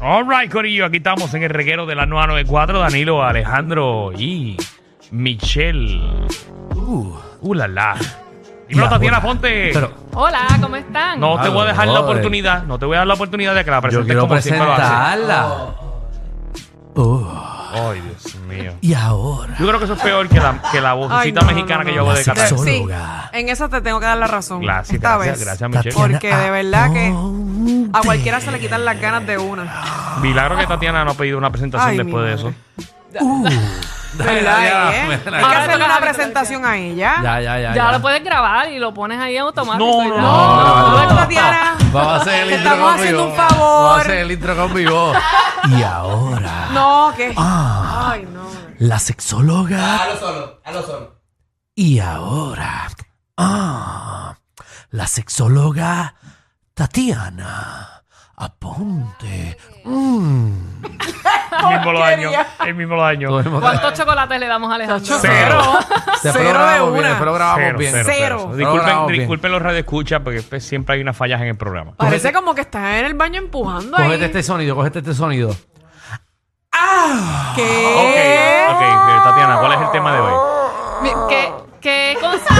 All right, Corillo, aquí estamos en el reguero de la 994, Danilo, Alejandro y Michelle. Uh, uh la la. Dímelo, Ya, Tatiana bueno. Ponte. Pero Hola, ¿cómo están? no te Claro, voy a dejar la brother. oportunidad, no te voy a dar la oportunidad de que la yo presentes quiero como siempre lo haces. presentarla. Oh, Ay, Dios mío. y ahora, Yo creo que eso es peor que la, que la vocecita no, no, mexicana no, que no. yo hago de Gracias. Qatar. Solo Sí, hogar. en eso te tengo que dar la razón. Gracias, esta gracias, vez. gracias, Michelle. Por- Porque de verdad que aponte. A cualquiera se le quitan las ganas de una. Milagro que Tatiana no ha pedido una presentación Ay, mi después de eso. madre. Uh, ¿Verdad, eh? Hay que dale, hacerle dale. una presentación a ella. ya, ya, ya. Ya lo puedes grabar y lo pones ahí automático. No, y no, ya. no, No, no, no. Tatiana. Vamos a hacer el Te intro estamos con mi haciendo voz. un favor. Vamos a hacer el intro con mi voz. Y ahora, No, ¿qué? ah, Ay, no. la sexóloga. Hazlo solo, hazlo solo. Y ahora, ah, la sexóloga Tatiana Aponte. Mm. El mismo lo daño. El mismo lo daño. Todo el mundo- ¿Cuántos chocolates le damos a Alejandro? Cero. Después Cero de grabamos bien, una. después grabamos bien. Cero. Disculpen, Programa bien. disculpen los radioescuchas porque pues, siempre hay unas fallas en el programa. Parece como que estás en el baño empujando ahí. Cógete este sonido, cógete este sonido. Ok, ¿Qué? ok, eh, Tatiana, ¿cuál es el tema de hoy? Mi- ¿Qué, qué cosa?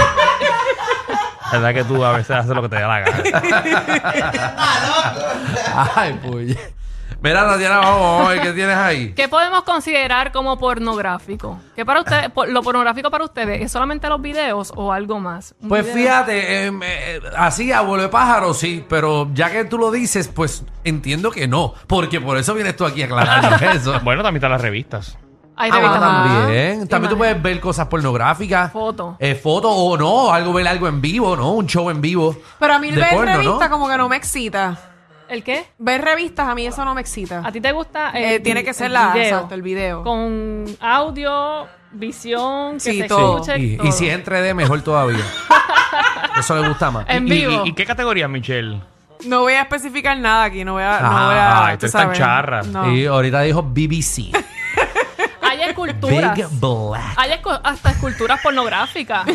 La verdad que tú a veces haces lo que te da la gana. Ay, pues. Mira, Tatiana, vamos, vamos a ver qué tienes ahí. ¿Qué podemos considerar como pornográfico? ¿Qué para ustedes, por- lo pornográfico para ustedes es solamente los videos o algo más? Un Pues video- fíjate, em, eh, así abuelo de pájaro, sí, pero ya que tú lo dices, pues entiendo que no, porque por eso vienes tú aquí a aclararnos eso. Bueno, también están las revistas. Hay Ah, revistas más. también. También tú Imagínate. puedes ver cosas pornográficas. Foto. Eh, foto o no, algo ver algo en vivo, ¿no? Un show en vivo. Pero a mí de ver porno, ¿no? revistas como que no me excita. ¿El qué? Ver revistas a mí eso no me excita. ¿A ti te gusta? Ah, el- Eh, tiene que ser el la video? exacto, el video. Con audio, visión, que Sí, se todo. escuche. Y, todo. y si es en 3D, mejor todavía. eso le gusta más. Em, En ¿Y- y- vivo. ¿Y, qué categoría, Michelle? No voy a especificar nada aquí, no voy a. no Ah, voy a esto tú es tan sabes. charra. No. Y ahorita dijo BBC. Hay esculturas. Big Black. Hay escu- hasta esculturas pornográficas.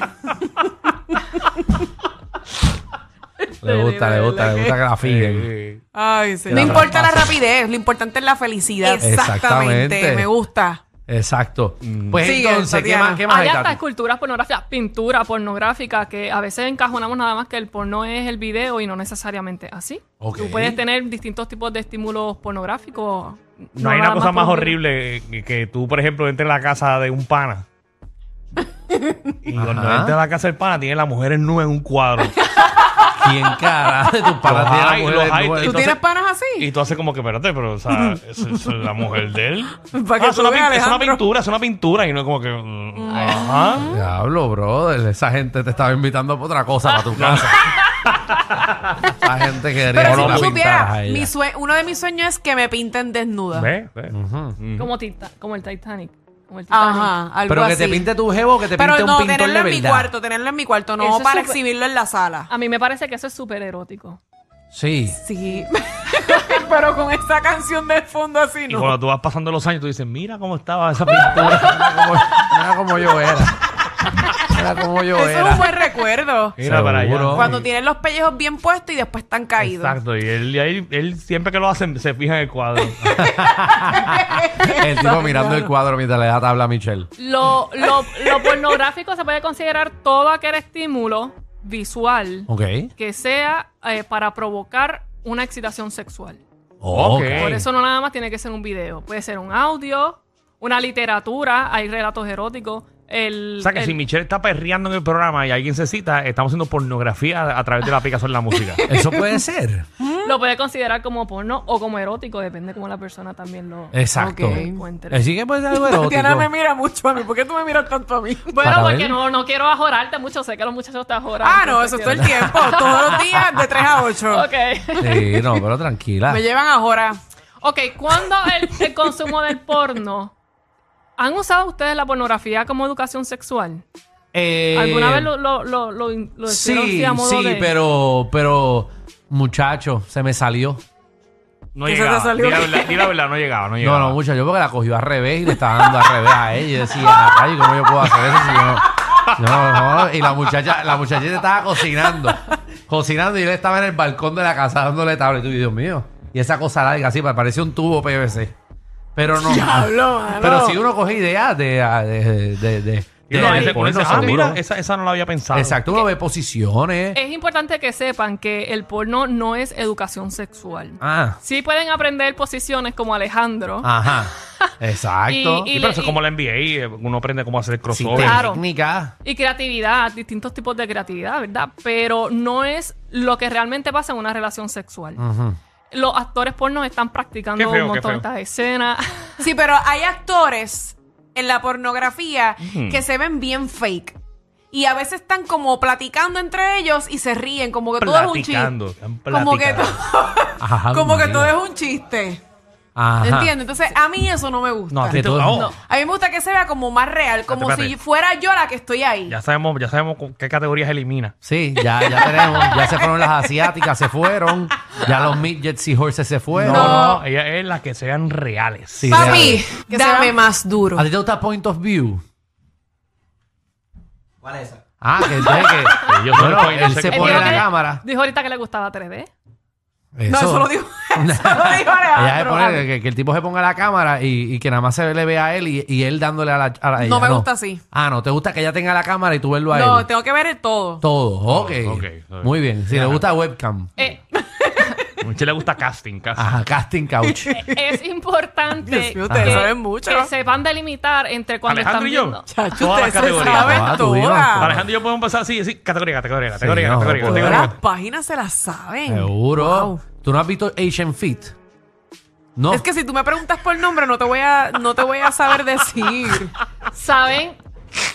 Le gusta, le gusta, le gusta que la fíen. Eh, Ay, sí. Que No la importa la traspasa. rapidez, lo importante es la felicidad. Exactamente. Me gusta. Exacto. Mm. Pues Sigue, entonces, ¿qué Tatiana. Ah, más, qué más Hay hay, hasta Tati? esculturas pornográficas, pintura pornográfica, que a veces encajonamos nada más que el porno es el video y no necesariamente así. Ok. Tú puedes tener distintos tipos de estímulos pornográficos. No hay nada una cosa por más un video. horrible que, que tú, por ejemplo, entres a la casa de un pana. Y cuando Ajá. entres a la casa del pana, tiene la mujer en nube en un cuadro. ¿Quién cara de tus panas Los tiene la hay, mujer los del hay. dueño? ¿Tú Entonces- tienes panas así? Y tú haces como que, espérate, pero, o sea, es, es la mujer de él. Para que Ah, es, tú una, pin- veas, es una Alejandro. pintura, es una pintura. Y no es como que. mm, Ajá. Diablo, brother. Esa gente te estaba invitando para otra cosa, para tu casa. Esa gente quería Pero que si la pintaras a tú supieras, ella. mi sue- uno de mis sueños es que me pinten desnuda. ¿Ve? ¿Ve? Como, Tita- como el Titanic. Como el Titanic. Ajá, algo Pero que así. te pinte tu jevo, que te Pero pinte no, un pintor tenerlo de en mi verdad. cuarto, tenerlo en mi cuarto, no Eso es para súper- exhibirlo en la sala. A mí me parece que eso es súper erótico. Ah, Sí. Sí. Pero con esa canción de fondo así, Y ¿no? cuando tú vas pasando los años, tú dices, mira cómo estaba esa pintura. Mira como, mira como yo era. Mira como yo Eso es un era. buen recuerdo. Mira para allá. Seguro. Cuando tienes los pellejos bien puestos y después están caídos. Exacto, y él, y ahí- él siempre que lo hacen se fija en el cuadro. El tipo mirando el cuadro mientras le da tabla a Michelle. Lo, lo, lo pornográfico se puede considerar todo aquel estímulo visual Ok. que sea eh, para provocar una excitación sexual. Ok. Ok. Por Ey. eso no nada más tiene que ser un video. Puede ser un audio, una literatura, hay relatos eróticos. El, o sea que el- si Michelle está perreando en el programa y alguien se cita, estamos haciendo pornografía a- a través de la aplicación de la música. Eso puede ser. Lo puede considerar como porno o como erótico, depende cómo la persona también lo Exacto. lo Ok. encuentre. Así que puede ser algo Tatiana me erótico. mira mucho a mí. ¿Por qué tú me miras tanto a mí? Bueno, Para porque ver. no, no quiero ajorarte mucho, sé que los muchachos te ajoran. Ah, no, eso es todo el tiempo. Todos los días de 3 a 8. Ok. Sí, no, pero tranquila. Me llevan ahora. Ok, ¿cuándo el, el consumo del porno? ¿Han usado ustedes la pornografía como educación sexual? Eh, ¿Alguna vez lo, lo, lo, lo, lo hicieron Sí, así a modo sí, de- pero, pero, muchacho, se me salió. No Eso te llegaba. Di salió la, bien. verdad, di la verdad, no llegaba, no No, llegaba. no, muchacho, porque la cogió al revés y le estaba dando al revés a ella. Y decía, ay, ¿cómo yo puedo hacer eso si yo no? No, no, y la muchacha, la muchachita estaba cocinando, cocinando y él estaba en el balcón de la casa dándole tabla. Y tú, Dios mío, y esa cosa larga, así, pa- parecía un tubo PVC. Pero no. Diablo, mano. Pero si uno coge ideas de. ah, de, de, de- Y de- uno de dice, porno, ah, seguro. mira, esa, esa no la había pensado. Exacto, uno ve posiciones. Eh, Es importante que sepan que el porno no es educación sexual. Ah, Sí pueden aprender posiciones como Alejandro. ajá. Exacto. Sí, Y pero le- eso es como la NBA, eh, uno aprende cómo hacer el Sí, crossover. claro. técnica. Y creatividad, distintos tipos de creatividad, ¿verdad? Pero no es lo que realmente pasa en una relación sexual. Ujú. Los actores pornos están practicando Qué feo, un qué montón de feo. estas escenas. Sí, pero hay actores en la pornografía Ujú. que se ven bien fake. Y a veces están como platicando entre ellos y se ríen, como que todo es un chiste. Platicando, están Como que, platicando. Ah, Ajá, como que María. todo es un chiste. Ajá. ¿Entiendes? Entonces, a mí eso no me gusta. No, a ti te- Todo- no, no. A mí me gusta que se vea como más real, como Espérate, si espérate. fuera yo la que estoy ahí. Ya sabemos, ya sabemos con qué categorías elimina. Sí, ya, ya tenemos. Ya se fueron las asiáticas, se fueron. Ya los midgets y horses se fueron. No, no, ella es la que sean reales. Sí, Papi, real. que Dame. se ve más duro. ¿A ti te gusta Point of View? ¿Cuál es esa? Ah, que entonces que. yo soy bueno, point, yo él sé se que- Él pone dijo la que- cámara. Dijo ahorita que le gustaba 3D. no, eso lo dijo, eso lo dijo Ella se Alejandro. pone que, que el tipo se ponga la cámara y, y que nada más se le vea a él y, y él dándole a la. a la- No ella, me gusta así. Ah, no, te gusta que ella tenga la cámara y tú verlo a No, él. tengo que ver el todo. Todo, ok. Oh, ok, ok. Muy bien. Si le gusta webcam. Eh, A Michelle le gusta casting, casting. Ajá, casting couch. es Ah. importante Dios mío, ustedes que, saben mucho. que sepan delimitar entre cuando Alejandro y yo. están viendo. Chacho, Todas las ustedes se categorías. saben Ah, tú todas. ibas, tú. Alejandro y yo podemos pasar así, así, categoría, categoría, categoría, no, categoría, no Todas categoría. las páginas se las saben. Seguro. Wow. ¿Tú no has visto Asian Fit? No. Es que si tú me preguntas por nombre, no te voy a, no te voy a saber decir. Saben,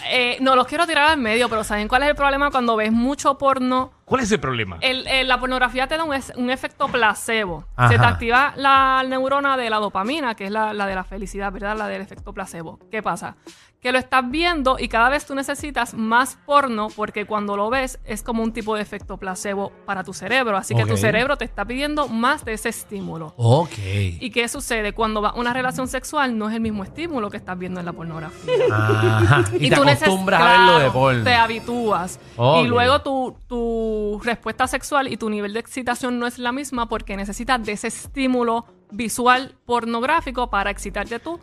Eh, no los quiero tirar al medio, pero ¿saben cuál es el problema cuando ves mucho porno? ¿Cuál es el problema? El- el- la pornografía te da un, es- un efecto placebo. Se te Ajá. activa la neurona de la dopamina, que es la, la de la felicidad, ¿verdad? La del efecto placebo. ¿Qué pasa? Que lo estás viendo y cada vez tú necesitas más porno porque cuando lo ves es como un tipo de efecto placebo para tu cerebro. Así que Ok. tu cerebro te está pidiendo más de ese estímulo. Ok. ¿Y qué sucede? Cuando va a una relación sexual no es el mismo estímulo que estás viendo en la pornografía. Ajá. Y, te tú neces- acostumbras a claro, verlo de porno. Te habitúas. Ok. Y luego tu, tu respuesta sexual y tu nivel de excitación no es la misma porque necesitas de ese estímulo visual pornográfico para excitarte tú,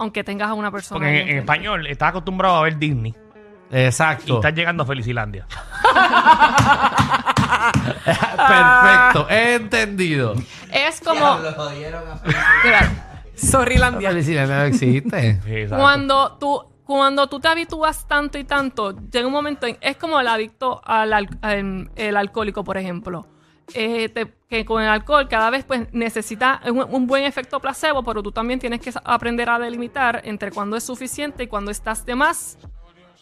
aunque tengas a una persona. Porque ahí en, en enfrente. español estás acostumbrado a ver Disney y Exacto. estás llegando a Felicilandia. Ah. Perfecto. Entendido. Es como. Diablo, jodieron a mira, Sorry, Landia. Felicidad no existe. Exacto. cuando tú. Cuando tú te habitúas tanto y tanto, llega un momento en, es como el adicto al al- em, el alcohólico, por ejemplo. Eh, te- que con el alcohol cada vez pues necesita un, un buen efecto placebo, pero tú también tienes que sa- aprender a delimitar entre cuándo es suficiente y cuándo estás de más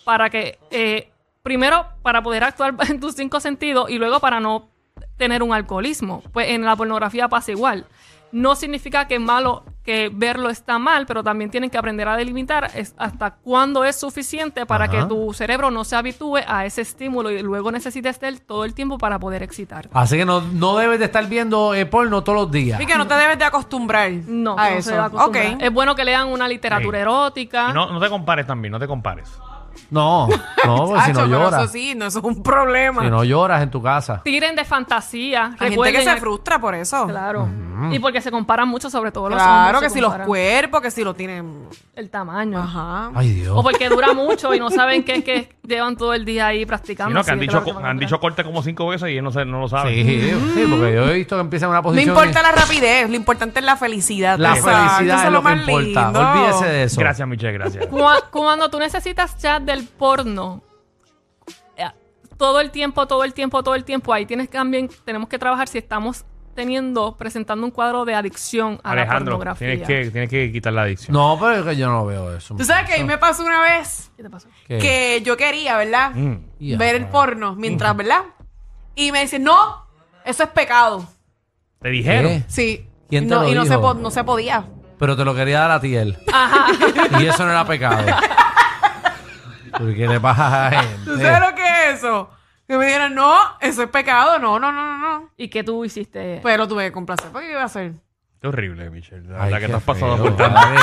para que eh, primero para poder actuar en tus cinco sentidos y luego para no tener un alcoholismo. Pues en la pornografía pasa igual. No significa que es malo que verlo está mal, pero también tienes que aprender a delimitar es- hasta cuándo es suficiente para Ajá. que tu cerebro no se habitúe a ese estímulo y luego necesites de él todo el tiempo para poder excitar. Así que no, no debes de estar viendo eh, porno todos los días. Y que no te debes de acostumbrar No, a no eso. se va a acostumbrar. Ok. Es bueno que lean una literatura Sí. erótica. Y no, no te compares también, no te compares. No, no, porque si Chacho, no pero lloras. Eso sí, no eso es un problema. Si no lloras en tu casa. Tiren de fantasía. Hay gente Recuerden- que se frustra por eso. Claro, Claro. Y porque se comparan mucho, sobre todo los que hombres, se si los comparan cuerpos, que si los tienen. El tamaño. Ajá. Ay, Dios. O porque dura mucho y no saben que, que llevan todo el día ahí practicando. Si no, que así han que dicho, claro que co- van a han durar. dicho corte como cinco veces y él no, se, no lo sabe. Sí, sí, porque yo he visto que empieza en una Mm. No posición. importa la rapidez, lo importante es la felicidad. La Exacto, eso felicidad es lo que más importa. lindo. Olvídese de eso. Gracias, Michelle, gracias. Cua- Cuando tú necesitas chat del porno, eh, todo el tiempo, todo el tiempo, todo el tiempo, ahí tienes que también, tenemos que trabajar si estamos teniendo, presentando un cuadro de adicción a la Alejandro, pornografía. tienes que, tienes que quitar la adicción. No, pero es que yo no veo eso. Tú sabes que a mí me pasó una vez ¿Qué te pasó? ¿Qué? que yo quería, ¿verdad? Mm. Ya. Ver el porno mientras, Mm. ¿verdad? Y me dicen, no, eso es pecado. Te dijeron. ¿Qué? Sí. ¿Quién te no, lo y no se, dijo? po- no se podía. Pero te lo quería dar a ti él. Y eso no era pecado. Porque le pasa a la gente. ¿Tú sabes lo que es eso? Eh. Que me dijeron, no, eso es pecado. No, no, no, no, no. ¿Y qué tú hiciste? Pero tuve que complacer. ¿Por qué iba a hacer? Qué horrible, Michelle. La Ay, verdad que qué te has pasado feo, por tanto. madre.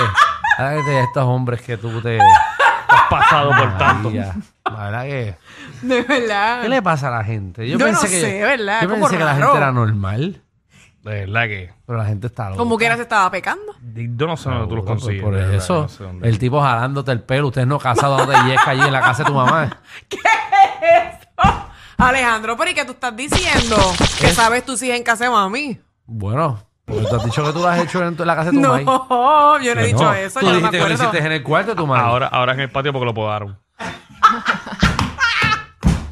Ay, de estos hombres que tú te. Te has pasado por tanto. María. La verdad que. De verdad. ¿Qué le pasa a la gente? Yo no sé, ¿verdad? Yo Como pensé que la raro. gente era normal. De verdad que. Pero la gente está loca. Como quiera se estaba pecando. Yo no sé dónde tú los Por- consigues. pues Por de verdad, eso, no sé dónde. el tipo jalándote el pelo, ustedes no casados dándote yesca allí en la casa de tu mamá. Eso. Alejandro, pero ¿y qué tú estás diciendo? ¿Qué sabes tú si es en casa de mami? Bueno, porque tú has dicho que tú lo has hecho en tu- la casa de tu No, mamá. yo no he dicho eso. Tú yo dijiste no me que lo acuerdo. hiciste en el cuarto de tu mamá. Ahora, ahora en el patio porque lo podaron.